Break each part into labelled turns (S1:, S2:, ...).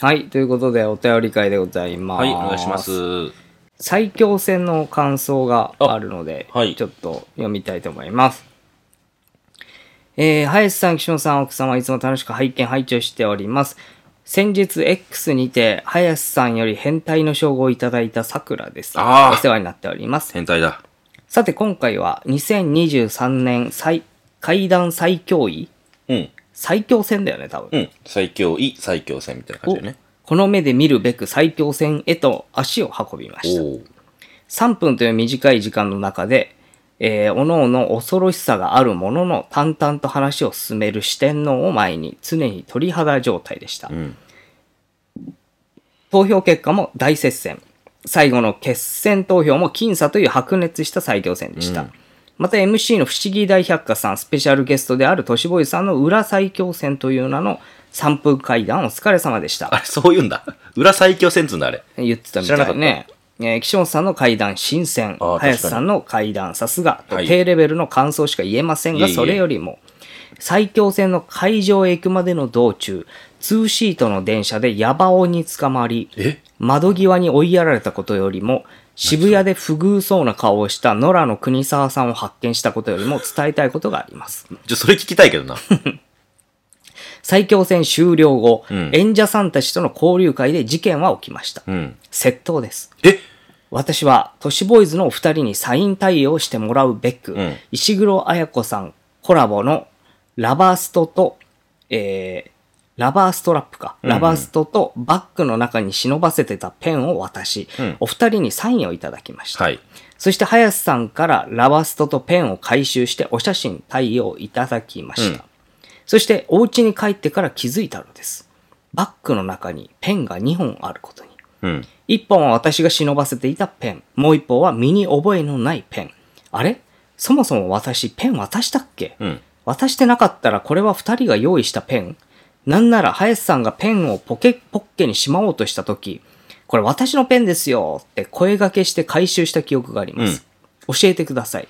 S1: はい、ということでお便り会でございます。
S2: はい、お願いします。
S1: 最強戦の感想があるので、
S2: あはい
S1: ちょっと読みたいと思います。えー、林さん、岸本さん、奥様、いつも楽しく拝見、拝聴しております。先日、X にて、林さんより変態の称号をいただいた桜です。
S2: あー
S1: お世話になっております。
S2: 変態だ。
S1: さて、今回は、2023年最、階段最強位
S2: うん。
S1: 最強戦だよね、多分。
S2: うん。最強位、最強戦みたいな感じでね。
S1: この目で見るべく最強戦へと足を運びました。
S2: おお。
S1: 3分という短い時間の中で、えー、おのの恐ろしさがあるものの淡々と話を進める四天王を前に常に鳥肌状態でした、
S2: ん
S1: 投票結果も大接戦最後の決選投票も僅差という白熱した最強戦でした、また MC の不思議大百科さんスペシャルゲストであるトシボーイさんの裏最強戦という名の3分会談お疲れ様でした
S2: あれ、そういうんだ。裏最強戦っつうんだ、あれ。
S1: 言ってたみたいね。えー岸本さんの会談新鮮、
S2: あー
S1: 林
S2: 確
S1: さ
S2: かに
S1: んの会談さすがと
S2: はい
S1: 低レベルの感想しか言えませんが、
S2: いえいえ
S1: それよりも、最強戦の会場へ行くまでの道中、ツーシートの電車でヤバオに捕まり、
S2: え
S1: 窓際に追いやられたことよりも、渋谷で不遇そうな顔をした野良の国沢さんを発見したことよ りも伝えたいことがあります。
S2: ちょ、それ聞きたいけどな。
S1: 最強戦終了後、
S2: ん
S1: 演者さんたちとの交流会で事件は起きました。
S2: うん。
S1: 窃盗です。
S2: え
S1: 私は、都市ボーイズのお二人にサイン対応してもらうべく、
S2: ん
S1: 石黒彩子さんコラボのラバーストと、えーラバーストラップか、ラバーストとバッグの中に忍ばせてたペンを渡し、
S2: ん
S1: お二人にサインをいただきました。
S2: はい。
S1: そして、林さんからラバーストとペンを回収してお写真対応いただきました。
S2: うん
S1: そして、お家に帰ってから気づいたのです。バッグの中にペンが2本あることに。
S2: うん。
S1: 一本は私が忍ばせていたペン。もう一本は身に覚えのないペン。あれそもそも私、ペン渡したっけ、
S2: うん。
S1: 渡してなかったらこれは二人が用意したペンなんなら林さんがペンをポケ、ポッケにしまおうとした時これ私のペンですよって声掛けして回収した記憶があります。教えてください。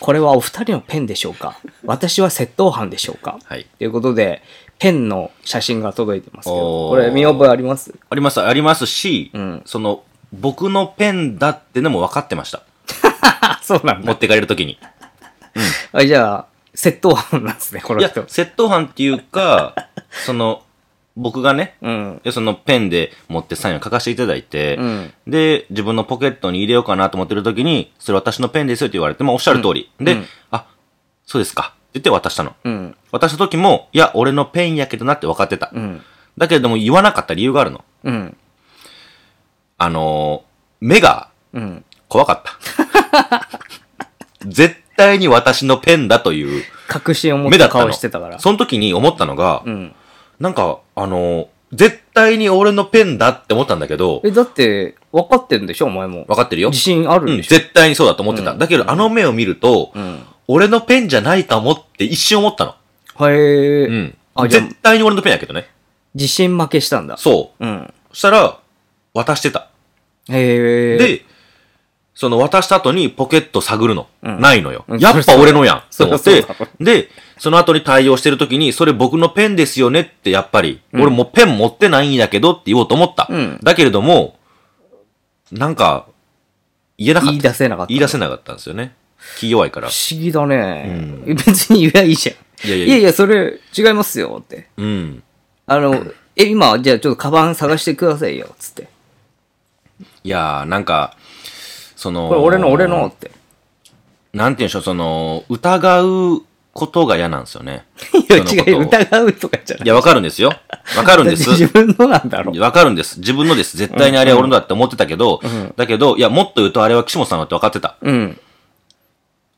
S1: これはお二人のペンでしょうか私は窃盗犯でしょうか
S2: はい
S1: ということで、ペンの写真が届いてますけど、
S2: おー
S1: これ見覚えあります
S2: あります、ありますし、
S1: ん
S2: その、僕のペンだってのも分かってました。
S1: あ、そうなんだ
S2: 持ってかれるときに。
S1: あじゃあ、窃盗犯なんですね、こ
S2: い
S1: の
S2: や、
S1: 人。
S2: 窃盗犯っていうか、その、僕がね、
S1: うん。
S2: で、そのペンで持ってサインを書かせていただいて、
S1: うん
S2: で、自分のポケットに入れようかなと思ってる時に、それ私のペンですよって言われて、まあおっしゃる通り。で、
S1: うん
S2: あ、そうですか。って言って渡したの。
S1: うん。
S2: 渡した時も、いや、俺のペンやけどなって分かってた。
S1: うん。
S2: だけれども言わなかった理由があるの。
S1: うん。
S2: あのー目が
S1: うん。
S2: 怖か った。絶対に私のペンだという
S1: 確信を持っ
S2: 目だ
S1: た
S2: ったの。
S1: 顔してたから。
S2: その時に思ったのが、
S1: うん。
S2: なんか、あのー絶対に俺のペンだって思ったんだけど、
S1: え、だって、分かってるんでしょ、お前も。
S2: 分かってるよ。
S1: 自信ある
S2: うんん、
S1: でしょ。
S2: 絶対にそうだと思ってた。
S1: うん
S2: だけど、あの目を見ると、
S1: うん。
S2: 俺のペンじゃないかもって一瞬思ったの。
S1: はい、
S2: うん。
S1: あじゃあ
S2: 絶対に俺のペンやけどね。
S1: 自信負けしたんだ。。
S2: そう
S1: ん。
S2: う。そしたら、渡してた。
S1: へえ。、
S2: で、その渡した後にポケット探るの。
S1: うん
S2: ないのよ
S1: うん。
S2: やっぱ俺のやん。
S1: そり
S2: と思
S1: ゃ
S2: っ
S1: そう
S2: て
S1: だろ。
S2: で、その後に対応してる時に、それ僕のペンですよねって、やっぱり、
S1: ん
S2: 俺もうペン持ってないんだけどって言おうと思った。
S1: うん
S2: だけれども、なんか、言えなかった。
S1: 言い出せなかった。
S2: 言い出せなかったんですよね。気弱いから。
S1: 不思議だね。
S2: う
S1: 別に言えばいいじゃん。
S2: いやいや
S1: いやいや、それ、違いますよ、って。
S2: うん。
S1: あの、え、今、じゃあちょっとカバン探してくださいよ、つって。
S2: いやー、なんか、その、
S1: これ俺の、俺の、って。
S2: なんて言うんでしょう、その、疑うことが嫌なんですよね。
S1: いや、
S2: 人のこと
S1: 違
S2: を
S1: う、疑うとかじゃない
S2: い。や、わかるんですよ。わかるん
S1: だ
S2: で
S1: って 自
S2: す。
S1: 分のなんだろ。
S2: わかるんです。自分のです。絶対にあれは俺のだって思ってたけど、
S1: ん
S2: だけど、いや、もっと言うとあれは岸本さんだって分かってた。
S1: うん。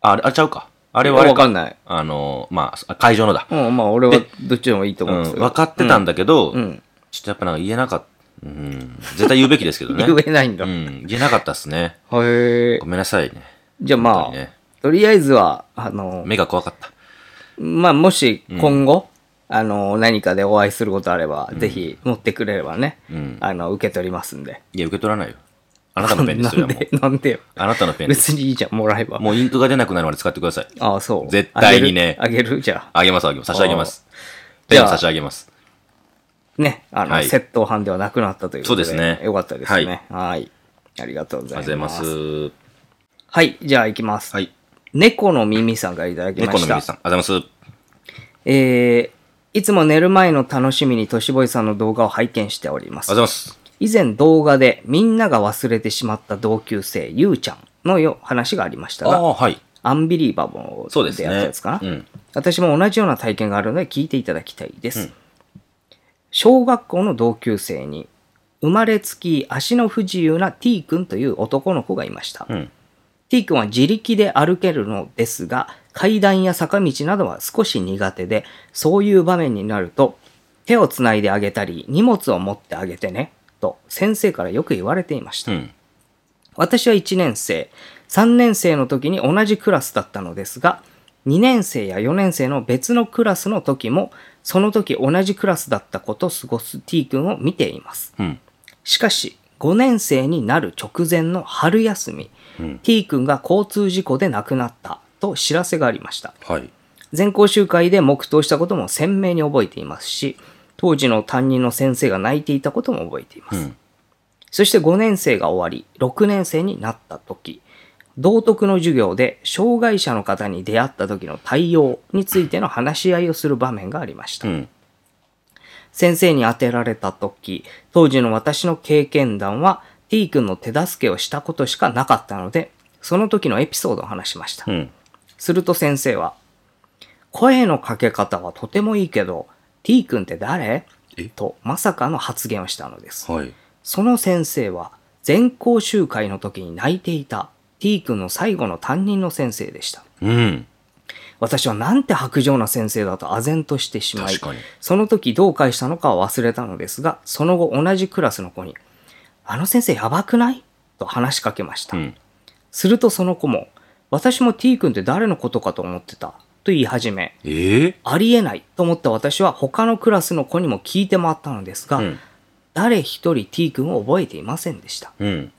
S2: ああれ、あれちゃうか。あ
S1: あ
S2: れはあれ
S1: わかんない。
S2: あの、まあ、会場のだ。
S1: うん、まあ俺はどっちでもいいと
S2: う
S1: 思うん
S2: ん
S1: です、よ。
S2: 分かってたんだけど、
S1: ん
S2: ちょっとやっぱなんか言えなかった。うん、絶対言うべきですけど ね。
S1: 言えないんだ。
S2: う
S1: へ
S2: ん、言えなかったですね。
S1: え
S2: ご。めんなさいね。
S1: じゃあま
S2: 本当に
S1: あ
S2: ね、
S1: とりあえずは、あの、
S2: 目が怖かった。
S1: まあもし今後、あの、何かでお会いすることあれば、ぜひ持ってくれればね
S2: ん、
S1: あの、受け取りますんで。
S2: いや、受け取らないよ。あなたのペンです
S1: な
S2: よ、それは
S1: んで。、なん
S2: もう
S1: でよ。
S2: あなたのペンです。
S1: 別にいいじゃん、もらえば。
S2: もうインクが出なくなるまで使ってください。
S1: ああ、そう。
S2: 絶対にね
S1: あげるあげるじゃあ。
S2: あげます、あげます。差し上げます。
S1: じ
S2: ペ
S1: ゃあ
S2: ンを差し上げます。
S1: ね、あの、
S2: はい
S1: 窃盗犯ではなくなったということで。
S2: そうですね
S1: よかったですね。はい。ありがとうござい
S2: あ
S1: ま
S2: り
S1: す。
S2: がとうございます。
S1: はい、じゃあ行きます。
S2: はい。
S1: 猫の耳さんからいただきました。
S2: 猫のみさん、ありがとうございま。
S1: えーいつも寝る前の楽しみにとしぼいさんの動画を拝見しておりますす
S2: あり。がとうございます。
S1: 以前動画でみんなが忘れてしまった同級生、ゆうちゃんのよ話がありました
S2: あ
S1: が、
S2: あ、はい。
S1: アンビリーバボ
S2: そう
S1: ー
S2: です
S1: で
S2: ね。
S1: やったやつかな。
S2: うん。
S1: 私も同じような体験があるので聞いていただきたいです。小学校の同級生に生まれつき足の不自由な T 君という男の子がいました。
S2: うん。
S1: T 君は自力で歩けるのですが、階段や坂道などは少し苦手で、そういう場面になると、手をつないであげたり、荷物を持ってあげてね、と先生からよく言われていました。
S2: うん。
S1: 私は1年生、3年生の時に同じクラスだったのですが、2年生や4年生の別のクラスの時も、その時同じクラスだった子と過ごす T 君を見ています。
S2: うん。
S1: しかし、5年生になる直前の春休み、T 君が交通事故で亡くなったと知らせがありました。
S2: はい。
S1: 全校集会で黙祷したことも鮮明に覚えていますし、当時の担任の先生が泣いていたことも覚えています。
S2: うん。
S1: そして5年生が終わり、6年生になった時、道徳の授業で障害者の方に出会った時の対応についての話し合いをする場面がありました
S2: う。ん。
S1: 先生に当てられた時、当時の私の経験談は T 君の手助けをしたことしかなかったので、その時のエピソードを話しました。
S2: うん。
S1: すると先生は、声のかけ方はとてもいいけど、T 君って誰
S2: え
S1: とまさかの発言をしたのです。
S2: はい。
S1: その先生は全校集会の時に泣いていた T 君の最後の担任の先生でした。
S2: うん。
S1: 私はなんて白状な先生だと唖然としてしまい
S2: 確かに、
S1: その時どう返したのかは忘れたのですが、その後同じクラスの子に、あの先生やばくないと話しかけました。
S2: うん。
S1: するとその子も、私も T 君って誰のことかと思ってたと言い始め、
S2: ええ
S1: ありえないと思った私は他のクラスの子にも聞いて回ったのですが、
S2: うん
S1: 誰一人 T 君を覚えていませんでした。
S2: うん。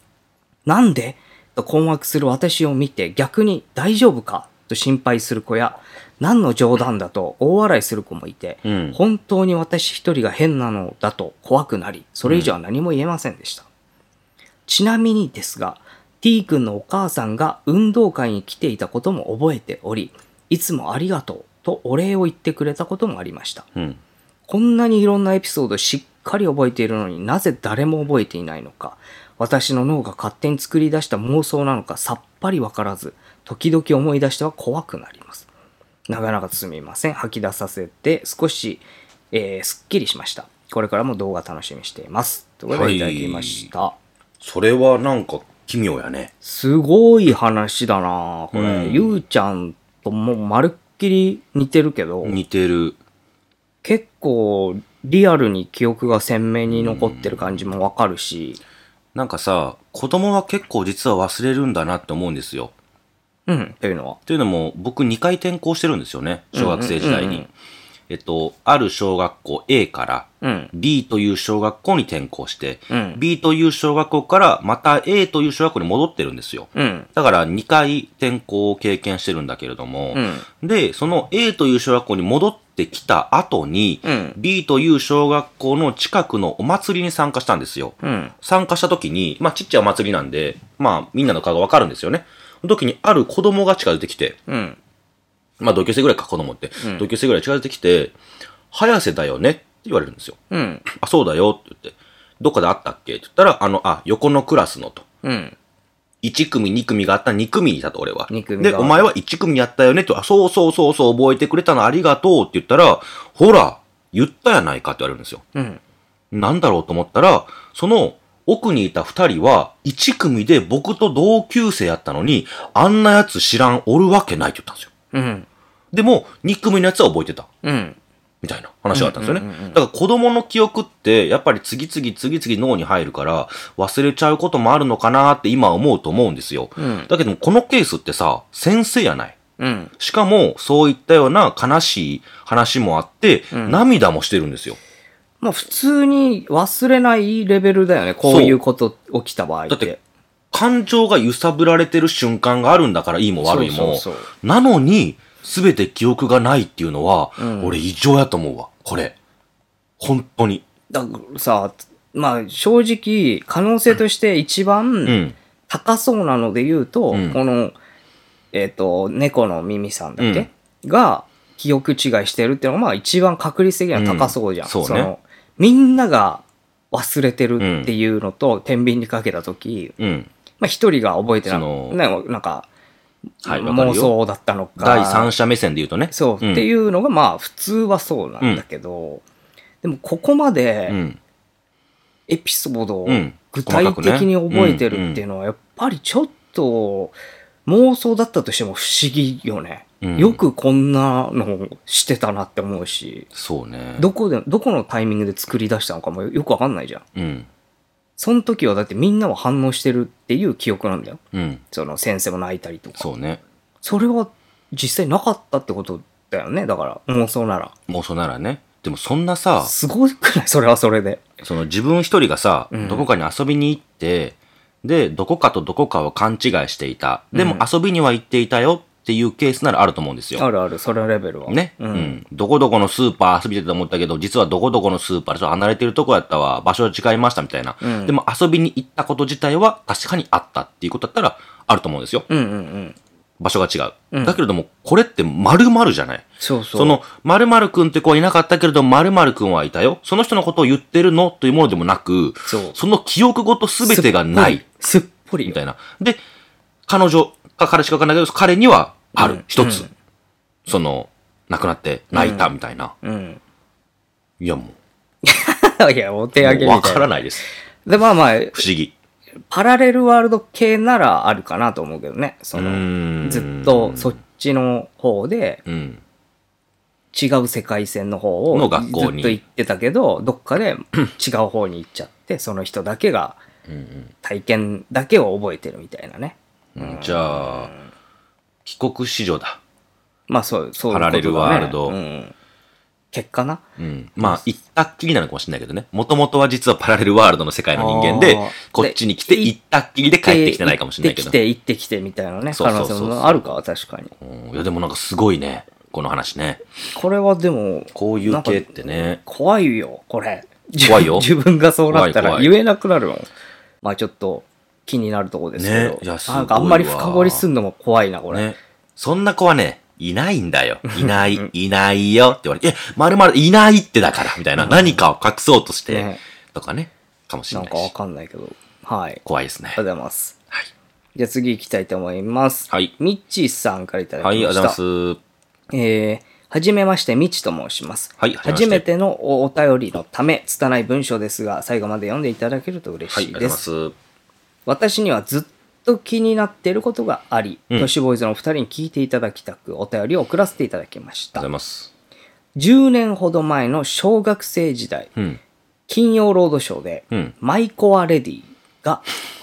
S1: なんでと困惑する私を見て逆に大丈夫かと心配する子や、何の冗談だと大笑いする子もいて、
S2: うん
S1: 本当に私一人が変なのだと怖くなり、それ以上は何も言えませんでした。ちなみにですが、T 君のお母さんが運動会に来ていたことも覚えており、いつもありがとうとお礼を言ってくれたこともありました。
S2: うん。
S1: こんなにいろんなエピソードをしっかり覚えているのになぜ誰も覚えていないのか、私の脳が勝手に作り出した妄想なのかさっぱりわからず、時々思い出しては怖くなります。長々とすみません。吐き出させて少し、えー、すっきりしました。これからも動画楽しみにしています。ということ
S2: は
S1: で
S2: い
S1: いただきました。
S2: それはなんか奇妙やね。
S1: すごい話だなこれ、
S2: うん
S1: ゆうちゃんともうまるっきり似てるけど、
S2: 似てる。
S1: 結構リアルに記憶が鮮明に残ってる感じもわかるし、
S2: なんかさ、子供は結構実は忘れるんだなって思うんですよ。
S1: うん、というのは。
S2: というのも、僕2回転校してるんですよね。小学生時代
S1: うんうんうんう
S2: に。えっと、ある小学校 A から
S1: うん
S2: B という小学校に転校して、
S1: うん
S2: B という小学校からまた A という小学校に戻ってるんですよ。
S1: うん、
S2: だから2回転校を経験してるんだけれども、
S1: うん
S2: で、その A という小学校に戻ってきた後に、
S1: うん
S2: B という小学校の近くのお祭りに参加したんですよ。
S1: うん、
S2: 参加した時に、まあちっちゃいお祭りなんで、まあみんなの顔がわかるんですよね。その時にある子供が近づいてきて、
S1: うん、
S2: まあ同級生ぐらいか子供って、
S1: ん
S2: 同級生ぐらい近づいてきて、早瀬だよねって言われるんですよ。
S1: うん、
S2: あ、そうだよって言って、どっかで会ったっけって言ったら、あの、あ、横のクラスのと。
S1: うん、
S2: 1組、2組があった2組にいたと、俺は。
S1: 二組が
S2: で、お前は1組やったよねと、あ、そうそうそうそう、覚えてくれたのありがとうって言ったら、ほら、言ったやないかって言われるんですよ。
S1: うん。
S2: なんだろうと思ったら、その奥にいた2人は、1組で僕と同級生やったのに、あんなやつ知らん、おるわけないって言ったんですよ。
S1: うん、
S2: でも、2組のやつは覚えてた。
S1: うん、
S2: みたいな話があったんですよね。
S1: うんうんうんうん
S2: だから子供の記憶って、やっぱり次々次々脳に入るから、忘れちゃうこともあるのかなって今思うと思うんですよ。
S1: うん
S2: だけどもこのケースってさ、先生やない。
S1: うん。
S2: しかも、そういったような悲しい話もあって、涙もしてるんですよ。
S1: まあ普通に忘れないレベルだよね。こういうこと起きた場合って。
S2: だって、感情が揺さぶられてる瞬間があるんだから、いいも悪いも。
S1: そうそうそ
S2: なのに、すべて記憶がないっていうのは、
S1: うん
S2: 俺異常やと思うわ。これ。本当に。
S1: だからさ、まあ正直、可能性として一
S2: う
S1: 番
S2: ん。
S1: 高そうなので言うと、
S2: うん
S1: この、えっ、と、猫の耳さんだっけ、が、記憶違いしてるっていうのが、まあ一番確率的には高そうじゃん。
S2: うんそうね
S1: の、みんなが忘れてるっていうのと、天秤にかけたとき、
S2: うん。
S1: まあ一人が覚えてな
S2: その
S1: ねなんか、
S2: はい、わか
S1: 妄
S2: るよ。
S1: 想だったのか、
S2: 第三者目線で言うとね。
S1: そう、
S2: うん
S1: っていうのがまあ普通はそうなんだけど、でもここま
S2: う
S1: で
S2: ん。
S1: エピソードを
S2: うん
S1: 具体的に覚えてるっていうのはやっぱりちょっと妄想だったとしても不思議よね。
S2: うん
S1: よくこんなのしてたなって思うし、
S2: そうね。
S1: どこで、どこのタイミングで作り出したのかもよくわかんないじゃん。
S2: うん。
S1: その時はだってみんなは反応してるっていう記憶なんだよ。
S2: うん。
S1: その先生も泣いたりとか。
S2: そうね。
S1: それは実際なかったってことだよね。だから妄想なら。
S2: 妄想ならね。でもそんなさ、
S1: すごくないそれはそれで。
S2: その自分一人がさ、
S1: うん
S2: どこかに遊びに行って、で、どこかとどこかを勘違いしていた。でも
S1: うん
S2: 遊びには行っていたよっていうケースならあると思うんですよ。
S1: あるある、それレベルは。
S2: ね、
S1: う。
S2: うんん。どこどこのスーパー遊びてたと思ったけど、実はどこどこのスーパーでちょっと離れてるとこやったわ、場所違いましたみたいな。
S1: うん
S2: でも遊びに行ったこと自体は確かにあったっていうことだったらあると思うんですよ。
S1: うんうんうん。
S2: 場所が違う。
S1: うん
S2: だけれども、これって丸々じゃない。
S1: そうそう。
S2: その、〇〇くんって子はいなかったけれど、〇〇くんはいたよ。その人のことを言ってるのというものでもなく、
S1: そう
S2: その記憶ごと全てがない。
S1: すっぽり。
S2: み
S1: すっぽりよ
S2: たいな。で、彼女か彼しかわかんないけど、彼にはあ
S1: う
S2: る
S1: ん。
S2: 一、
S1: う
S2: つ。その、亡くなって泣いたみたいな。
S1: うん。
S2: いやも
S1: いや、お
S2: う、
S1: 手上げ
S2: もうわ
S1: みた
S2: か
S1: いな
S2: ら。ないです。
S1: で、まあまあ、
S2: 不思議。
S1: パラレルワールド系ならあるかなと思うけどね。その、
S2: の
S1: ずっとそっちの方で、
S2: うん。
S1: 違う世界線の方を
S2: の学校
S1: ず
S2: に
S1: っと行ってたけど、どっか で違う方に行っちゃって、その人だけが
S2: うんうん
S1: 体験だけを覚えてるみたいなね。
S2: うんじゃあ、帰国子女だ。
S1: まあそう、そういうことだね
S2: パラレルワールド
S1: うん。結果な。
S2: うん。まあ、行ったっきりなのかもしれないけどね。もともとは実はパラレルワールドの世界の人間で
S1: あー、
S2: こっちに来て
S1: で
S2: 行ったっきりで帰ってきてないかもしれないけ
S1: 行
S2: ど。
S1: ってきて、行ってきてみたいなね、
S2: そう
S1: 可
S2: そうそ
S1: 能
S2: うそう
S1: 性もあるか、確かに。
S2: うんいや、でもなんかすごいね。この話ね。
S1: これはでも、
S2: こういう系って
S1: なん
S2: ね
S1: か。怖いよ、これ。
S2: 怖いよ
S1: 自分がそうなったら
S2: 怖い怖い
S1: 言えなくなるもん。まあちょっと気になるところですけど、
S2: ねいやすごいわ
S1: なんかあんまり深掘りすんのも怖いな、これ。
S2: ね。そんな子はね、いないんだよ。いない、いないよって言われて、え、まるまるいないってだから、みたいな。何かを隠そうとして
S1: ね、
S2: とかね。かもし
S1: な
S2: れ
S1: ん
S2: ない
S1: かわ
S2: し。
S1: かんないけど。はい。あり
S2: 怖いですね
S1: がとう。ございます。
S2: はい。
S1: じゃあ次行きたいと思います。
S2: はい
S1: ミッチーさんからいただきま
S2: はい、あ
S1: し
S2: り
S1: た。
S2: がとうございます。
S1: えーはじめまして、みちと申します。
S2: はいはじめま
S1: 初め
S2: して
S1: てのおお便りのため、拙い文章ですが、最後まで読んでいただけると嬉
S2: はい、
S1: し
S2: あり
S1: い
S2: がと
S1: で。
S2: うございますす。
S1: 私にはずっと気になっていることがあり、
S2: うん
S1: 都市ボーイズのお二人に聞いていただきたく、お便りを送らせていただきまし
S2: ありがとうご
S1: た
S2: ざい。ます。
S1: 10年ほど前の小学生時代、
S2: うん。
S1: 金曜ロードショーで、
S2: うん
S1: マイコアレディが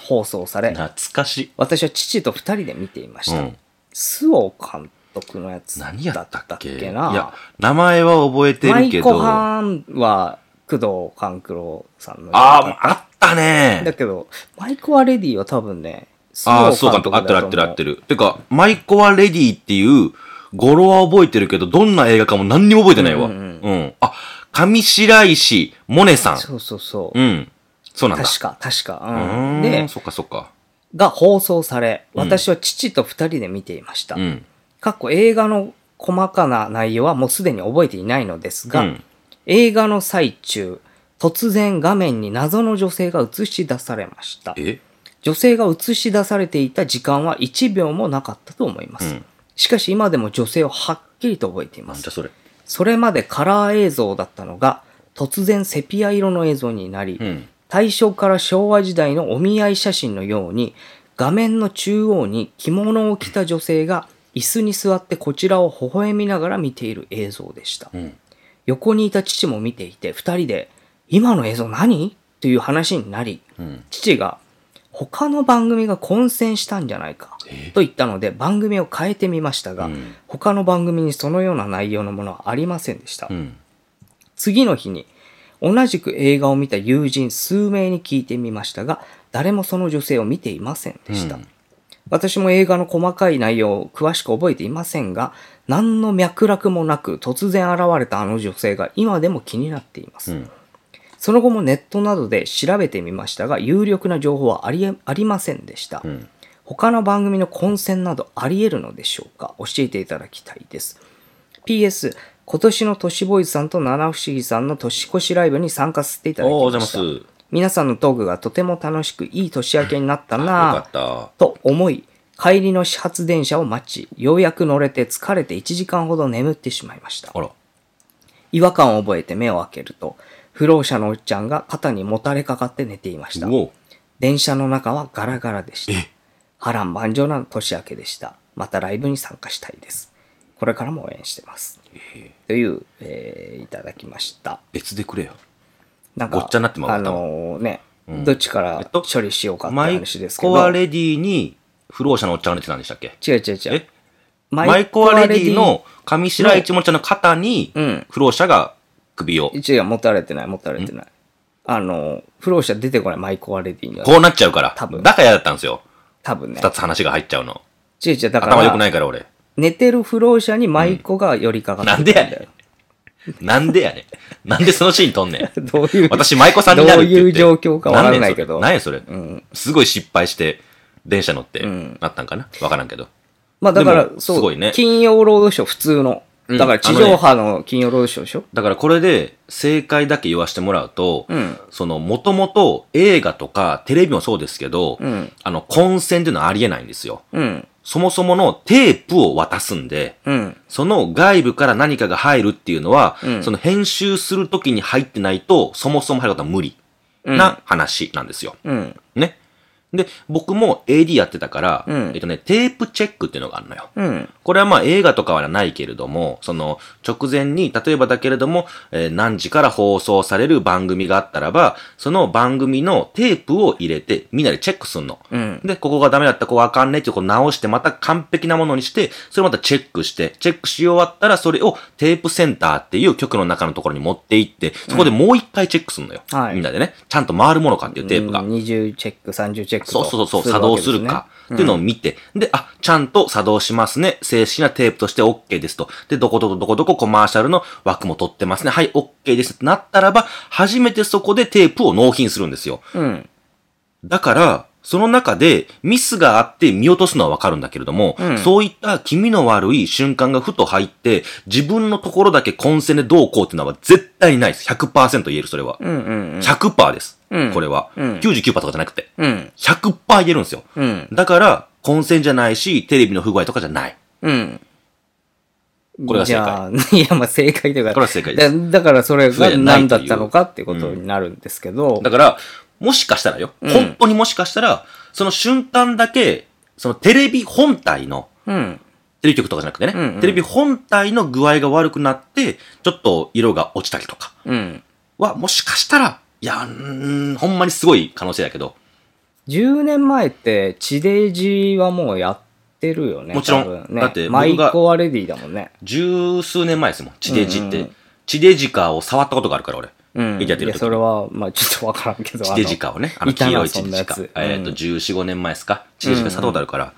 S1: 放送され、
S2: 懐かしい。
S1: 私は父と二人で見ていまし
S2: う
S1: た。
S2: ん。
S1: 周防監督のやつだ
S2: 何やっ
S1: った
S2: ったけ
S1: けない
S2: や、名前は覚えて
S1: マ
S2: る
S1: イ
S2: け
S1: コ
S2: ど。あ
S1: ハーンは工藤官九郎さんの
S2: あー、あった
S1: だ
S2: ね。
S1: けど、マイコアレディは多分ね、
S2: ああ、そうか、合ってる合ってる合って
S1: る。
S2: る。てか、マイコはレディっていう語呂は覚えてるけど、どんな映画かも何にも覚えてないわ。
S1: う
S2: うんん
S1: うん
S2: あ、上白石萌音さん。
S1: そうそうそう。
S2: うん。そうなんだ。
S1: 確か、確
S2: う
S1: か、う
S2: ー
S1: ん。
S2: ん。
S1: で、
S2: そっかそっか。
S1: が放送され、
S2: うん
S1: 私は父と二人で見ていました
S2: う。ん。
S1: かっこ映画の細かな内容はもうすでに覚えていないのです
S2: う
S1: が、
S2: ん。
S1: 映画の最中、突然画面に謎の女性が映し出されました。
S2: え
S1: 女性が映し出されていた時間は1秒もなかったと思いま
S2: う
S1: す。
S2: ん。
S1: しかし今でも女性をはっきりと覚えてい
S2: な
S1: ま
S2: ん
S1: す
S2: じゃ。それ。
S1: それまでカラー映像だったのが、突然セピア色の映像になり、
S2: うん。
S1: 大正から昭和時代のお見合い写真のように、画面の中央に着物を着た女性が椅子に座ってこちらを微笑みながら見ている映像でした。
S2: うん。
S1: 横にいた父も見ていて、二人で、今の映像何という話になり、
S2: うん。
S1: 父が他の番組が混戦したんじゃないか
S2: え
S1: と言ったので番組を変えてみましたが、
S2: うん
S1: 他の番組にそのような内容のものはありませんでした、
S2: うん。
S1: 次の日に同じく映画を見た友人数名に聞いてみましたが誰もその女性を見ていませんでした、
S2: うん
S1: 私も映画の細かい内容を詳しく覚えていませんが何の脈絡もなく突然現れたあの女性が今でも気になっています、
S2: うん。
S1: その後もネットなどで調べてみましたが、有力な情報はありえありませんでした。
S2: うん。
S1: 他の番組の混戦などあり得るのでしょうか教えていただきたいです。PS、今年の都市ボーイズさんと七不思議さんの年越しライブに参加させていただき
S2: おーおはようござい
S1: ま
S2: ま
S1: した。
S2: す。よ
S1: 皆さんのトークがとても楽しくいい年明けになったな
S2: か
S1: ぁ
S2: った。
S1: と思い、帰りの始発電車を待ち、ようやく乗れて疲れて1時間ほど眠ってしまいました。
S2: あら。
S1: 違和感を覚えて目を開けると、不老者のおっちゃんが肩にもたれかかって寝ていました。
S2: おう
S1: 電車の中はガラガラでした。波乱万丈な年明けでした。またライブに参加したいです。これからも応援してます。という、えーいただきました。
S2: 別でくれよ。
S1: なんか、
S2: ごっちゃになってまう
S1: あ
S2: わ多分
S1: のーね、
S2: うん
S1: どっちから
S2: えっと
S1: 処理しようかって
S2: マイ
S1: 話ですけど、
S2: コアレディに、不老者のおっちゃんが出てたんでしたっけ
S1: 違う違う違う
S2: え。マイコアレディ
S1: マイコ
S2: の上白一門ちゃんの肩に
S1: ア、レディ、うん。
S2: 不老者が首を。
S1: 違う、持たれてない、持たれてない。あのー、不老者出てこない、マイコアレディには。
S2: こうなっちゃうから。
S1: 多分
S2: だから嫌だったんですよ。
S1: 多分ね。
S2: 二つ話が入っちゃうの。
S1: 違う違う、だから、
S2: 頭良くないから俺。
S1: 寝てる不老者に舞妓が寄りかかってくる
S2: なんでやねなんでやねん。なんでそのシーン撮ん ねん。
S1: どういう。
S2: 私、舞妓さんになるって言って。
S1: どういう状況かわからないけど
S2: 何やそれ。何やそれすごい失敗して、電車乗って、
S1: ん
S2: なったんかなわからんけど。
S1: まあだから
S2: で、も
S1: そう、
S2: すごいね
S1: 金曜ロードショー、普通の。
S2: うん
S1: だから地上波の金曜ロードショーでしょ、
S2: だからこれで、正解だけ言わしてもらうと、
S1: うん
S2: その、もともと映画とかテレビもそうですけど、
S1: うん
S2: あの、混戦っていうのはありえないんですよ。
S1: うん。
S2: そもそものテープを渡すんで、
S1: うん。
S2: その外部から何かが入るっていうのは、
S1: うん
S2: その編集するときに入ってないと、そもそも入ることは無理な話なんですよ。
S1: うん。
S2: ね。で、僕も AD やってたから、
S1: うん
S2: えっとね、テープチェックっていうのがあるのよ。
S1: うん。
S2: これはまあ映画とかはないけれども、その直前に、例えばだけれども、えー何時から放送される番組があったらば、その番組のテープを入れて、みんなでチェックすんの。
S1: うん。
S2: で、ここがダメだった、ここあかんねってこう直して、また完璧なものにして、それまたチェックして、チェックし終わったら、それをテープセンターっていう局の中のところに持って行って、そこでもう一回チェックするのよ。
S1: はい
S2: みんなでね、ちゃんと回るものかっていうテープが。
S1: うん20チェック、30チェック
S2: そ
S1: と
S2: うそうそう、
S1: す
S2: 作
S1: わけ
S2: 動
S1: ですね
S2: るか。っていうのを見て、で、あ、ちゃんと作動しますね。正式なテープとして OK ですと。で、どこどこどこどこコマーシャルの枠も取ってますね。はい、OK ですってなったらば、初めてそこでテープを納品するんですよ。
S1: うん。
S2: だから、その中でミスがあって見落とすのはわかるんだけれども、
S1: うん
S2: そういった気味の悪い瞬間がふと入って、自分のところだけ混戦でどうこうっていうのは絶対ないです。100%言える、それは。
S1: うんうん
S2: 100%です。
S1: うん
S2: これは、
S1: うん
S2: 99%とかじゃなくて。
S1: うん。うん。
S2: 100%言えるんですよ。
S1: うん。
S2: だから、混戦じゃないし、テレビの不具合とかじゃない。
S1: うん。
S2: これが正解
S1: じゃあ。 いや、まあ正解というか。
S2: これは正解です
S1: だだからそれ
S2: そう
S1: が
S2: やない
S1: 何
S2: という
S1: だったのかっていうことになるんですけど。
S2: だから、もしかしたらよ、
S1: ん
S2: 本当にもしかしたら、その瞬間だけ、そのテレビ本体の、
S1: うん。
S2: テレビ局とかじゃなくてね、
S1: うんうん
S2: テレビ本体の具合が悪くなって、ちょっと色が落ちたりとか
S1: うん。
S2: は、もしかしたら、いや、うーんほんまにすごい可能性だけど、
S1: 10年前って、地デジはもうやってるよね。
S2: もちろん
S1: 多分ね、
S2: だって僕が
S1: マイコアレディだもんね。
S2: 十数年前ですもん、地デジっ
S1: うんう
S2: て
S1: ん。
S2: 地デジカーを触ったことがあるから、俺。
S1: うん。
S2: やってる
S1: いや、
S2: 時
S1: それは、まあちょっとわからんけど。
S2: 地デジカをね、あ
S1: あ
S2: の
S1: の、いた
S2: 黄
S1: な
S2: 色い
S1: そ
S2: 地
S1: ん
S2: デ
S1: な
S2: ジ
S1: や
S2: カ。
S1: つ。
S2: えっ、と、
S1: うん
S2: 14、5年前ですか地デジカ佐藤だるから、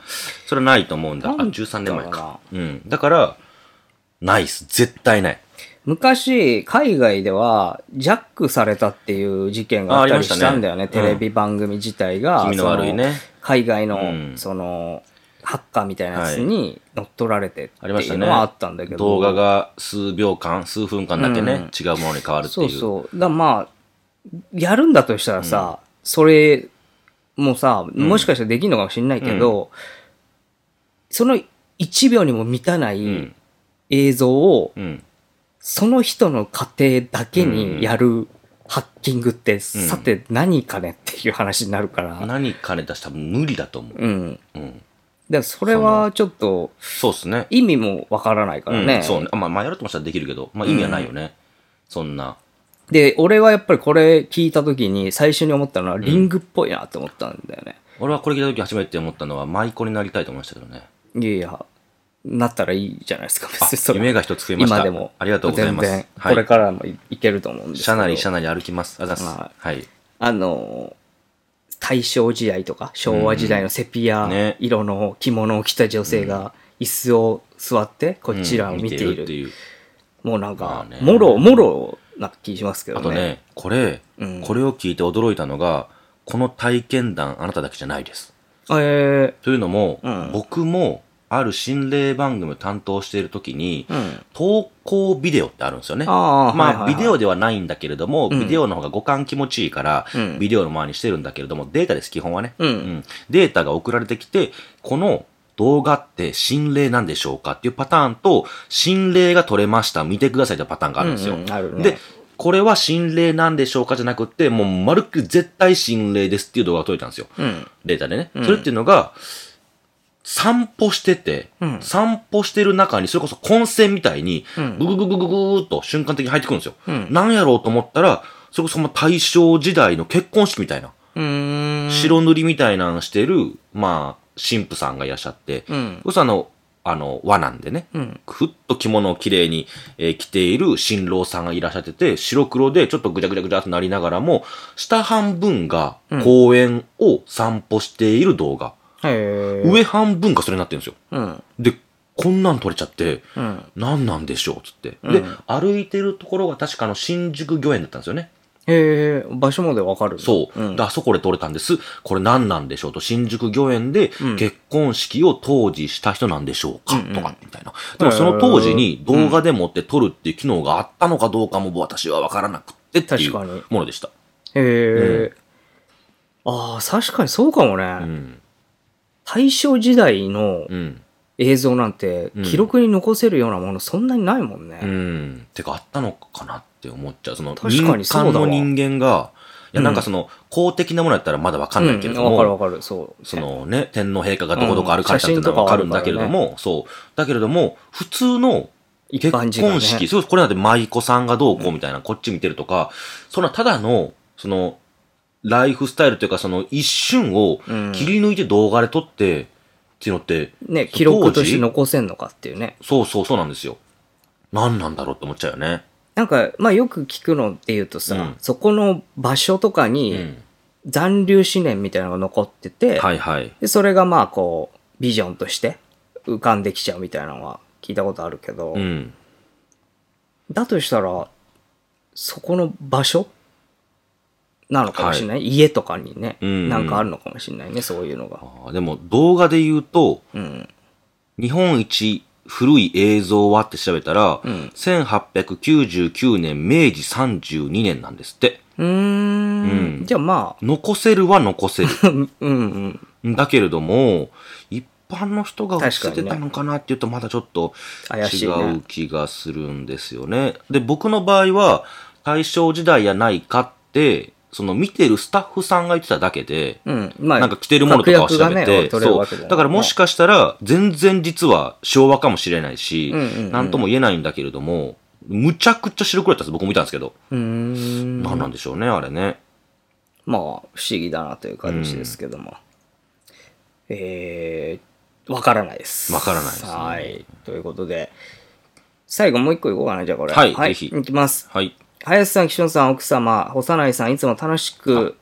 S2: それないと思うんだ。あ、
S1: なんだろうな
S2: 13年前か。うん。だから、ないっす。絶対ない。
S1: 昔、海外では、ジャックされたっていう事件があったりしたんだよね。
S2: あありました
S1: テ
S2: ね
S1: レビ番組自体が。
S2: うん気味の悪いね
S1: その海外の、
S2: うん
S1: その、ハッカーみたいなやつに乗っ取られてって
S2: ありまし
S1: い
S2: た
S1: う
S2: ね。
S1: のはあったんだけど。
S2: 動画が数秒間、数分間だけね、
S1: うん
S2: 違うものに変わるって
S1: そ
S2: いうう。
S1: そう。だまあ、やるんだとしたらさ、それもさ、
S2: ん
S1: もしかしたらできるのかもしれないけど、その1秒にも満たな
S2: う
S1: い
S2: ん。
S1: 映像を、
S2: うん。
S1: その人の家庭だけにやるハッキングって、さて何かねっていう話になるから、
S2: 何かね出したら無理だと思う。
S1: うん。だか
S2: うん。
S1: らそれはちょっと
S2: そうっすね。
S1: 意味もわからないからね。
S2: うん、そうね。あまあ、まあ、やるともしたらできるけど、まあ、意味はないよね。そんな。
S1: で、俺はやっぱりこれ聞いた時に最初に思ったのはリングっぽいなって思ったんだよね。
S2: 俺はこれ聞いた時初めて思ったのは、舞妓になりたいと思いましたけどね。
S1: いやいや、なったらいいじゃないですか、別 にそれ
S2: 夢が一つ増えました。
S1: 今でも。
S2: ありがとうございます。
S1: 全然、
S2: はい
S1: これからもいいけると思うんですけど。
S2: 車内車内歩きます。ありがとうございます。はい。
S1: あのー、大正時代とか昭和時代のセピ
S2: う
S1: ア
S2: んね
S1: 色の着物を着た女性が椅子を座ってこちらを
S2: うん
S1: 見ている。
S2: っていう。
S1: もうなん
S2: まあ
S1: か
S2: ね、
S1: もろもろな気しますけど
S2: あ
S1: ね。
S2: とね、これ、
S1: うん
S2: これを聞いて驚いたのが、この体験談あなただけじゃないです。
S1: え
S2: というのも、
S1: うん
S2: 僕もある心霊番組を担当している時に
S1: ー、、うん。
S2: 投稿ビデオってあるんですよね。
S1: ああ、
S2: まあ、
S1: はいはいはい
S2: ビデオではないんだけれども、
S1: ん
S2: ビデオの方が五感気持ちいいから、
S1: うん
S2: ビデオの前にしてるんだけれども、データです、基本はね。
S1: うん
S2: データが送られてきて、この動画って心霊なんでしょうかっていうパターンと、心霊が撮れました、見てくださいってパターンがあるんですよ。
S1: うんうんあるね
S2: で、これは心霊なんでしょうかじゃなくて、もうまるっきり絶対心霊ですっていう動画が撮れたんですよ。
S1: うん。
S2: データでね。
S1: ん
S2: それっていうのが、散歩してて、
S1: うん
S2: 散歩してる中に、それこそ混戦みたいに
S1: うん、
S2: ぐぐぐぐぐぐーっと瞬間的に入ってくるんですよ。
S1: うん
S2: なんやろうと思ったら、それこそもう大正時代の結婚式みたいな、
S1: うーん。
S2: 白塗りみたいなんしてる、まあ、神父さんがいらっしゃって、
S1: うん。
S2: それこそあの、あの、和なんでね、
S1: うん。
S2: ふっと着物をきれいに、えー着ている新郎さんがいらっしゃってて、白黒でちょっとぐちゃぐちゃぐちゃっとなりながらも、下半分が公園を散歩している動画。
S1: へえ。
S2: 上半分がそれになってるんですよ。
S1: うん。
S2: で、こんなん撮れちゃって、
S1: うん。
S2: 何なんでしょうつって。で、歩いてるところが確かあの新宿御苑だったんですよね。
S1: へえ、場所までわかる。
S2: そう。
S1: うん
S2: で、。あそこで撮れたんです。これ何なんでしょうと、新宿御苑で結婚式を当時した人なんでしょうか、とか、みたいな。でもその当時に動画でもって撮るっていう機能があったのかどうかも私はわからなくてっていう
S1: 確かに
S2: ものでした。
S1: へえ。ああ、確かにそうかも
S2: う
S1: ね。
S2: ん。
S1: 大正時代の
S2: うん。
S1: 映像なんて
S2: うん
S1: 記録に残せるようなものそんなにないもん
S2: う
S1: ね。
S2: ん。てか、あったのかなって思っちゃう。その、
S1: 確かにそうだわ
S2: 民間の人間が、い
S1: う
S2: や、
S1: ん
S2: なんかその、公的なものやったらまだわかんないけれど
S1: うわ
S2: も、
S1: かるわかる、そう。
S2: そのね、天皇陛下がどこどこ歩かれたっていうの
S1: う
S2: は
S1: ん
S2: わかるんだけれども、そう。だけれども、普通の結
S1: 般
S2: 婚
S1: 人がね
S2: 式、そうこれなんて舞妓さんがどうこうみたいな、こっち見てるとか、そんなただの、その、ライフスタイルというか、その一瞬を
S1: うん
S2: 切り抜いて動画で撮って、っていうのって、
S1: ね、
S2: そう
S1: 記録として
S2: 当時
S1: 残せんのかっていうね。
S2: そうそうそうなんですよ。何なんだろうって思っちゃうよね。
S1: なんか、まあよく聞くのっていうとさ、
S2: うん
S1: そこの場所とか
S2: う
S1: に
S2: ん。
S1: 残留思念みたいなのが残ってて、
S2: はいはい。
S1: でそれがまあこう、ビジョンとして浮かんできちゃうみたいなのは聞いたことあるけど、
S2: うん。
S1: だとしたら、そこの場所なのかもしれない、家とかにね、
S2: うんうん
S1: なんかあるのかもしれないね、そういうのが。
S2: あーでも、動画で言うと、
S1: うん。
S2: 日本一古い映像はって調べたら、
S1: ん
S2: 1899年明治32年なんですって。
S1: うーん
S2: うん
S1: じゃあまあ、
S2: 残せるは残せる。
S1: うんうん。
S2: だけれども、一般の人が映
S1: 確か
S2: っ
S1: にね
S2: てたのかなっていうとまだちょっと
S1: 怪しいね
S2: 違う気がするんですよね。で、僕の場合は大正時代やないかって、その見てるスタッフさんが言ってただけで、
S1: うん。まあ、
S2: なんか着てるものとかは調べ
S1: 確約がね
S2: て、
S1: 取れる
S2: そ
S1: わけだ
S2: う。だからもしかしたら、全然実は昭和かもしれないし、
S1: うんうんうん
S2: なんとも言えないんだけれども、むちゃくちゃ白黒だったんです、僕も見たんですけど。
S1: うーん。
S2: なんなんでしょうね、あれね。
S1: まあ、不思議だなという感じですけども。えー、わからないです。
S2: わからないですね
S1: はい。ということで、最後もう一個いこうかな、じゃあこれ。
S2: はいぜひ
S1: いきます。
S2: はい。
S1: 林さん、岸本さん、奥様、幼いさん、いつも楽しく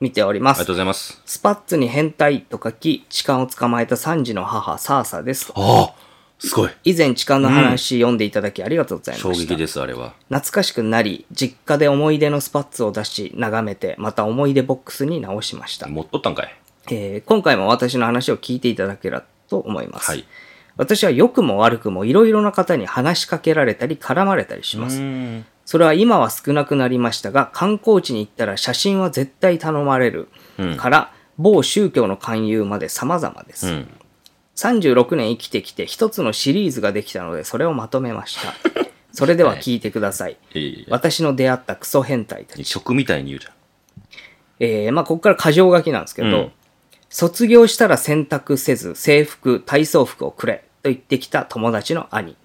S1: 見ておりま
S2: ありが
S1: す
S2: とう。ございます。
S1: スパッツに変態と書き、痴漢を捕まえた3児の母、サーサです。
S2: ああ、すごい。
S1: 以前、痴漢の話読んでいただきありがとうございました。
S2: 衝撃です、あれは。
S1: 懐かしくなり、実家で思い出のスパッツを出し、眺めて、また思い出ボックスに直しました。
S2: 持っとったんかい。
S1: えー今回も私の話を聞いていただければと思います。
S2: はい。
S1: 私は良くも悪くもいろいろな方に話しかけられたり絡まれたりし
S2: う
S1: ます。
S2: ーん。
S1: それは今は少なくなりましたが、観光地に行ったら写真は絶対頼まれる
S2: うん
S1: から、某宗教の勧誘まで様々です。
S2: うん。
S1: 36年生きてきて一つのシリーズができたので、それをまとめま した。それでは聞いてください。
S2: いやいやいや
S1: 私の出会ったクソ変態たち。
S2: 食みたいに言うじゃん。
S1: えーまあ、ここから過剰書きなんですけど、
S2: うん
S1: 卒業したら洗濯せず制服、体操服をくれと言ってきた友達の兄、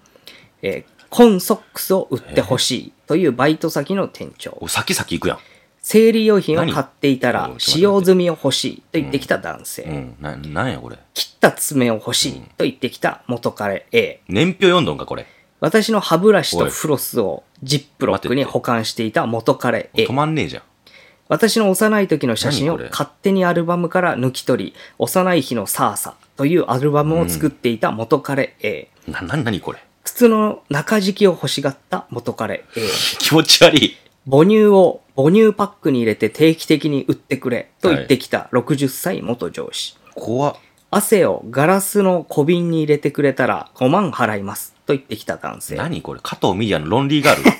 S1: えーコンソックスを売ってほしいというバイト先の店長、
S2: お先先行くやん。
S1: 生理用品を買っていたら
S2: 何
S1: 使用済みを欲しいと言ってきた男性、
S2: うん。な、なんやこれ。
S1: 切った爪を欲しいと言ってきた元彼 A、
S2: 年表読んどんか、これ。
S1: 私の歯ブラシとフロスをジップロックに保管していた元彼 A
S2: 止、まんねえじゃん。
S1: 私の幼い時の写真を
S2: 何これ
S1: 勝手にアルバムから抜き取り、幼い日のサーサというアルバムを作っていた元彼 A。
S2: な、な、なにこれ。
S1: 靴の中敷きを欲しがった元彼 A。
S2: 気持ち悪い。
S1: 母乳を母乳パックに入れて定期的に売ってくれと言ってきた60歳元上司。
S2: 怖っ。
S1: 汗をガラスの小瓶に入れてくれたら5万払いますと言ってきた男性。
S2: 何これ加藤ミリアのロンリー ガール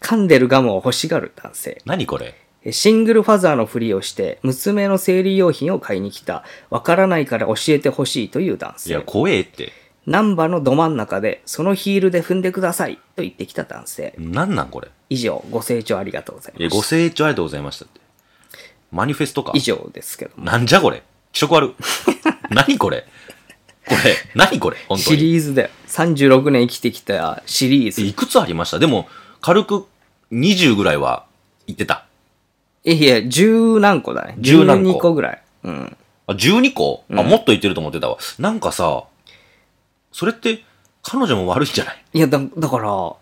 S1: 噛んでるガムを欲しがる男性。
S2: 何これ
S1: シングルファザーのふりをして、娘の生理用品を買いに来た。わからないから教えてほしいという男
S2: いや、
S1: 性。
S2: 怖えって。
S1: 難波のど真ん中で、そのヒールで踏んでくださいと言ってきた男性。
S2: なんなんこれ
S1: 以上、ご清聴ありがとうございま
S2: い
S1: し
S2: や、
S1: た。
S2: ご清聴ありがとうございましたって。マニフェストか
S1: 以上ですけども。
S2: なんじゃこれ気 色悪。何これこれ、何これ本当
S1: シ
S2: に。
S1: リーズだよ。36年生きてきたシリーズ。
S2: いくつありましたでも、軽く20ぐらいは言ってた。
S1: いや、十何個だね。
S2: 十何個
S1: 12個ぐらい。うん。
S2: あ、12個あ、
S1: うん
S2: もっと言ってると思ってたわ。なんかさ、それって、彼女も悪いんじゃない、
S1: いや、だだから、でも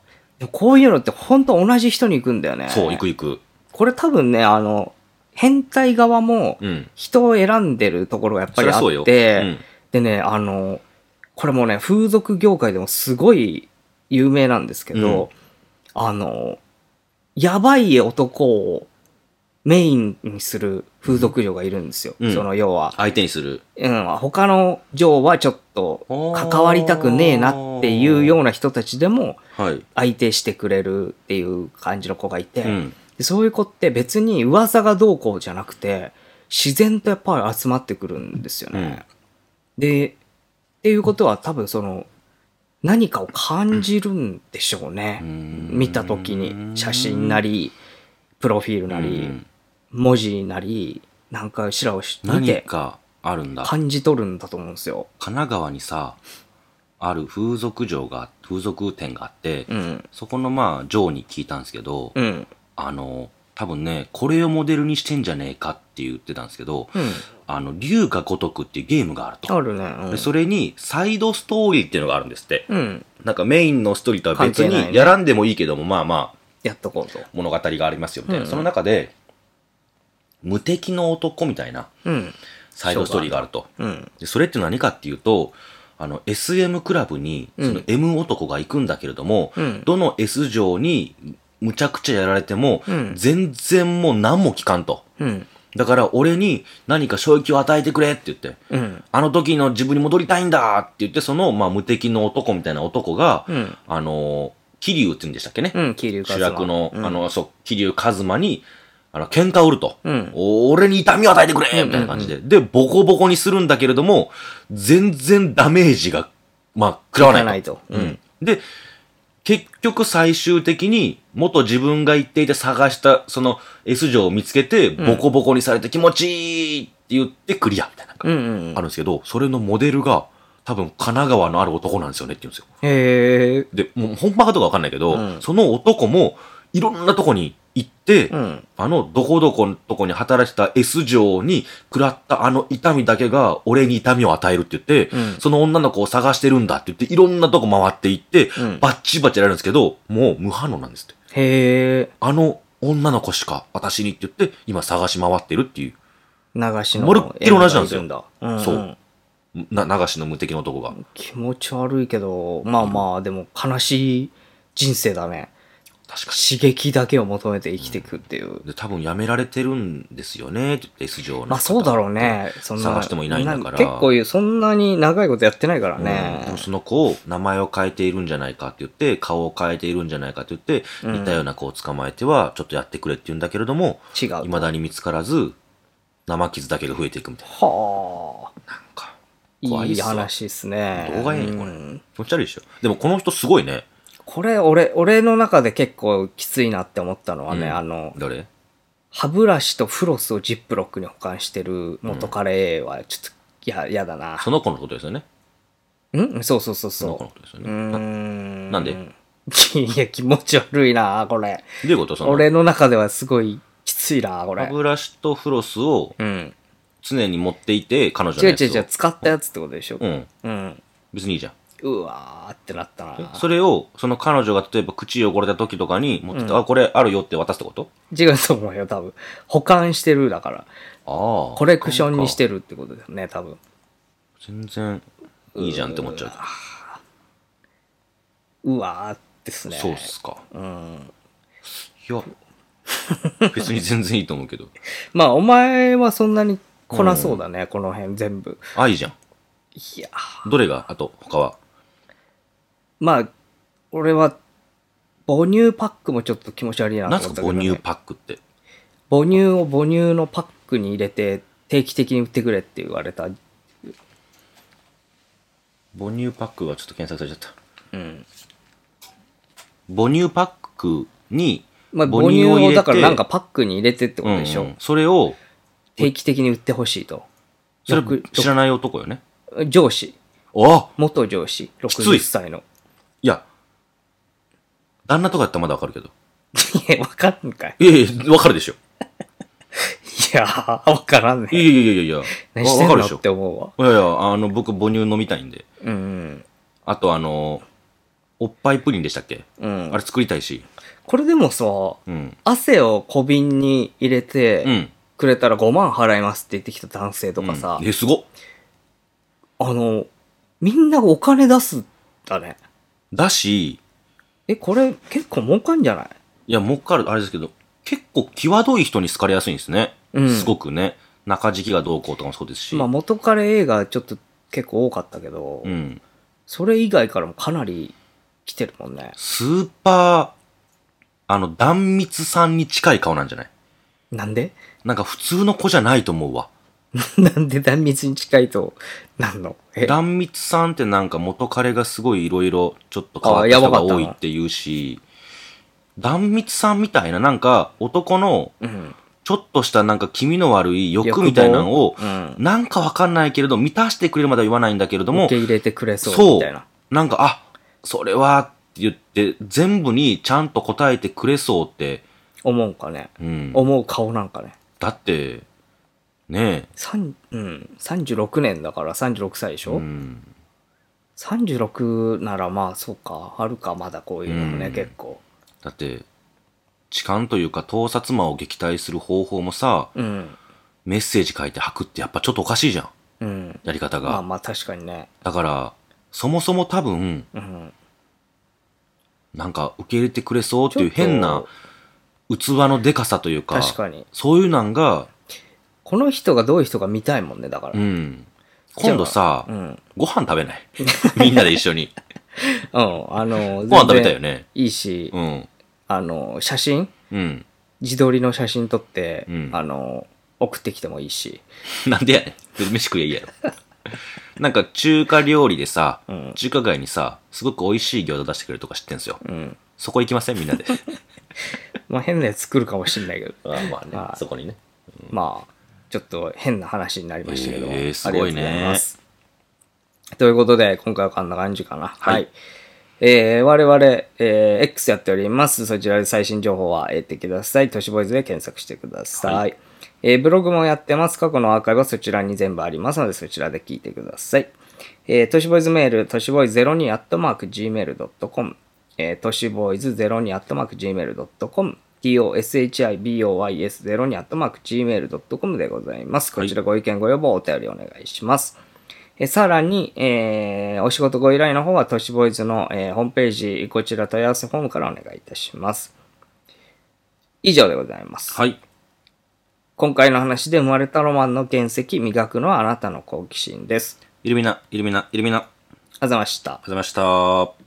S1: こういうのって本当同じ人に行くんだよね。
S2: そう、行く行く。
S1: これ多分ね、あの、変態側も
S2: うん。
S1: 人を選んでるところがやっぱりあ
S2: そりゃ
S1: っ
S2: そうよ
S1: て、
S2: うん
S1: でね、あの、これもね、風俗業界でもすごい有名なんですけど、あの、やばい男をメインにする風俗嬢がいるんですよ。
S2: うん
S1: その要は、
S2: 相手にする。
S1: うん、他の嬢はちょっと関わりたくねえなっていうような人たちでも
S2: はい。
S1: 相手してくれるっていう感じの子がいて、
S2: うん。
S1: でそういう子って別に噂がどうこうじゃなくて自然とやっぱり集まってくるんですよね。でっていうことは多分その何かを感じるんでしょうね、
S2: うん
S1: 見た時に写真なりプロフィールなり、
S2: うん
S1: 文字なりなんかしらをし見
S2: 何
S1: て
S2: かあるんだ。神
S1: 感じ取るんだと思うんですよ。
S2: 奈川にさ、ある風俗嬢が、風俗店があって、
S1: うん。
S2: そこのまあ、嬢に聞いたんですけど、
S1: うん。
S2: あの、多分ね、これをモデルにしてんじゃねえかって言ってたんですけど、
S1: うん。
S2: あの、竜が如くっていうゲームがあると。
S1: あるね。うん
S2: でそれに、サイドストーリーっていうのがあるんですって。
S1: うん。
S2: なんかメインのストーリーとは別
S1: 関係ない
S2: に、
S1: ね
S2: やらんでもいいけども、まあまあ、
S1: やっとこうと。
S2: 物語がありますよみたいな。
S1: うん
S2: その中で、無敵の男みたいな
S1: うん。
S2: サイドストーリーがあると。
S1: うん。
S2: でそれって何かっていうと、あの、SM クラブに、
S1: うん
S2: その M 男が行くんだけれども、
S1: うん
S2: どの S 嬢にむちゃくちゃやられても、
S1: うん
S2: 全然もう何も聞かんと。
S1: うん。
S2: だから俺に何か衝撃を与えてくれって言って、
S1: うん。
S2: あの時の自分に戻りたいんだって言って、その、まあ、無敵の男みたいな男が、
S1: うん。
S2: あのー、桐生って言うんでしたっけね。
S1: うん。桐生
S2: 主
S1: 一馬
S2: 役の、
S1: うん
S2: あの、そう、桐生一馬に、あの、喧嘩を売ると。
S1: うん
S2: お俺に痛みを与えてくれみたいな感じで。で、ボコボコにするんだけれども、全然ダメージが、まあ、食らわない
S1: 食らわないと
S2: う
S1: うんん。
S2: で、結局最終的に、元自分が行っていて探した、その S 嬢を見つけて、ボコボコにされて気持ちいいって言ってクリアみたいな。
S1: うんうん
S2: あるんですけど、それのモデルが、多分神奈川のある男なんですよねって言うんですよ。
S1: へえ。
S2: で、もう本場かどうかわかんないけど、
S1: うん
S2: その男もいろんなとこに行って、
S1: うん。
S2: あのどこどこのとこに働いてた S 嬢に食らったあの痛みだけが俺に痛みを与えるって言って、
S1: うん
S2: その女の子を探してるんだって言っていろんなとこ回って行って、
S1: うん
S2: バッチバチやられるんですけど、もう無反応なんですって。
S1: へえ。
S2: あの女の子しか私にって言って今探し回ってるっていう、
S1: 流しの。
S2: まるっきり同じなんですよ
S1: 絵がいるんだ。んん
S2: そう。な、流しの無敵の男が。
S1: 気持ち悪いけど、まあまあ、でも悲しい人生だね。
S2: 確か
S1: 刺激だけを求めて生きていくっていう。
S2: に。で、多分やめられてるんですよね、って言って S 嬢の方。
S1: まあそうだろうね。そんな。
S2: 探してもいないんだから
S1: 結構そんなに長いことやってないからね
S2: うんで。もその子を名前を変えているんじゃないかって言って、顔を変えているんじゃないかって言って、
S1: うん
S2: 似たような子を捕まえては、ちょっとやってくれって言うんだけれども、
S1: 違う。
S2: 未だに見つからず、生傷だけが増えていくみたい
S1: はあ。
S2: な。なんか、怖い
S1: い
S2: っ
S1: い
S2: すわ
S1: 話ですね。
S2: 動画やねこれ
S1: うん
S2: 気持ち悪いでしょ。でもこの人すごいね。
S1: これ、俺、俺の中で結構きついなって思ったのはね、
S2: うん
S1: あの、
S2: 誰
S1: 歯ブラシとフロスをジップロックに保管してる元カレは、ちょっと、や、やだな。
S2: その子のことですよね。
S1: んそうそうそう
S2: その子の
S1: そ
S2: ことですよ
S1: う。う
S2: ね。
S1: ー
S2: など
S1: ん。
S2: なんで
S1: いや、気持ち悪いな、これ。
S2: ういうことその、
S1: 俺の中ではすごいきついな、こ
S2: 歯
S1: れ。
S2: ブラシとフロスを
S1: うん。
S2: 常に持っていて、彼女
S1: 違
S2: の
S1: う
S2: やつ
S1: 違
S2: を
S1: う違う、使ったやつってことでしょ。
S2: うん。
S1: うん。
S2: 別にいいじゃん。
S1: うわーってなったな。
S2: それを、その彼女が例えば口汚れた時とかに持ってて、
S1: うん
S2: あ、これあるよって渡すってこと
S1: 違うと思うよ、多分。保管してるだから。
S2: ああ。
S1: コレクションにし
S2: なんか
S1: てるってことだよね、多分。
S2: 全然いいじゃんって思っちゃうけど
S1: うわーですね。
S2: そうっすか。
S1: うん。
S2: いや、別に全然いいと思うけど。
S1: まあ、お前はそんなに来なそうだね、この辺全部。
S2: あ、いいじゃん。
S1: いや
S2: どれがあと、他は。
S1: まあ、俺は、母乳パックもちょっと気持ち悪いな
S2: なん
S1: と
S2: す
S1: 思った
S2: か
S1: け
S2: 母
S1: ど、ね。
S2: 乳パックって。
S1: 母乳を母乳のパックに入れて、定期的に売ってくれって言われた。
S2: 母乳パックはちょっと検索されちゃった。
S1: うん。
S2: 母乳パックに、
S1: まあ、母乳
S2: 入れ
S1: を、
S2: て
S1: だからなんかパックに入れてってことでしょ。
S2: うんうんそれを、
S1: 定期的に売ってほしいと。
S2: それ
S1: 六
S2: 知らない男よね。
S1: 六上司。
S2: あ
S1: 元上司。
S2: つい
S1: 60歳の。
S2: いや、旦那とかやったらまだわかるけど。
S1: いや、わかんんかい。
S2: いやいや、わかるでしょ。
S1: いやー、わからん
S2: い
S1: ね。
S2: やいやいやいや。
S1: 何
S2: わ
S1: し
S2: わ
S1: てん
S2: かるで
S1: の
S2: しょ
S1: っ。て思うわ。
S2: いやいや、あの、僕、母乳飲みたいんで。
S1: うん
S2: あと、あの、おっぱいプリンでしたっけ
S1: うん。う
S2: あ
S1: ん。
S2: れ作りたいし。
S1: これでもさ、
S2: うん。
S1: 汗を小瓶に入れ
S2: う
S1: て
S2: ん。
S1: くれたら5万払いますって言ってきた男性とかさ、
S2: うんえ、すごっ
S1: あの、みんなお金出すんだね。
S2: だし、
S1: え、これ結構儲かんじゃない
S2: いや、もっからあれですけど、結構、際どい人に好かれやすいんですね。
S1: うん
S2: すごくね。中敷きがどうこうとかもそうですし。
S1: まあ元彼映画ちょっと結構多かったけど、
S2: うん。
S1: それ以外からもかなり来てるもんね。
S2: スーパー、あの、断密さんに近い顔なんじゃない
S1: なんで
S2: なんか普通の子じゃないと思うわ。
S1: なんで断密に近いとなんのえ、
S2: 壇蜜さんってなんか元彼がすごいいろいろちょっと変わった人が多いっていうし、壇蜜さんみたいななんか男の
S1: うん。
S2: ちょっとしたなんか気味の悪い欲みたいなのを
S1: 欲、望うん
S2: なんかわかんないけれど、満たしてくれるまでは言わないんだけれども
S1: 受け、入れてくれそう
S2: そ
S1: みたいうな。、
S2: なんか、あ、それはって言って、全部にちゃんと答えてくれそうって、
S1: 思うかね。
S2: うん。
S1: 思う顔なんかね。
S2: だって、ね
S1: 三うん、36年だから36歳でし
S2: え、
S1: ょ、
S2: うん、
S1: 36ならまあそうかあるかまだこういうのもね、
S2: うん
S1: 結構
S2: だって、痴漢というか盗撮魔を撃退する方法もさ、
S1: うん
S2: メッセージ書いて吐くってやっぱちょっとおかしいじゃん。
S1: うん
S2: やり方が。
S1: まあまあ確かにね
S2: だから、そもそも多分、
S1: うん
S2: なんか受け入れてくれそうっていう
S1: ちょっと
S2: 変な器のでかさというか、
S1: 確かに
S2: そういうなんが、
S1: この人がどういう人が見たいもんねだから
S2: うん。今度さ、
S1: うん、うん、
S2: ご飯食べない みんなで一緒に。
S1: あの
S2: ご飯食べたいよね。
S1: いいし、
S2: うん。
S1: あの写真
S2: うん。
S1: 自撮りの写真撮って、
S2: うん
S1: あの送ってきてもいいし
S2: なんでやねん。飯食えいいやろ。 なんか中華料理でさ、
S1: うん
S2: 中華街にさ、すごく美味しい餃子出してくれるとか知ってんすよ。
S1: うん
S2: そこ行きませんみんなで。
S1: まあ変なやつ作るかもしれないけど
S2: あ まあね、
S1: はい
S2: そこにね。
S1: まあ、ちょっと変な話になりましたけども、
S2: えーすごい
S1: あ
S2: ね
S1: りがとうございます。ということで、今回はこんな感じかな。
S2: はい
S1: えー我々、えー X やっております。そちらで最新情報は得てください。都市ボーイズで検索してください。
S2: は
S1: えーブログもやってます。過去のアーカイブはそちらに全部ありますので、そちらで聞いてください。えー、都市ボーイズメール、都市ボーイズ02アットマーク gmail.com、えー、都市ボーイズ02アットマーク gmail.com、toshiboys02 アットマーク gmail.com でございます。こちらご意見、ご要望、お便りお願いします。えーさらに、えーお仕事ご依頼の方は、都市ボーイズの、えーホームページ、こちら問い合わせフォームからお願いいたします。以上でございます。
S2: はい。
S1: 今回の話で生まれたロマンの原石、磨くのはあなたの好奇心です。
S2: イルミナ、イルミナ、イルミナ、ありがとう
S1: あざました。
S2: ございました。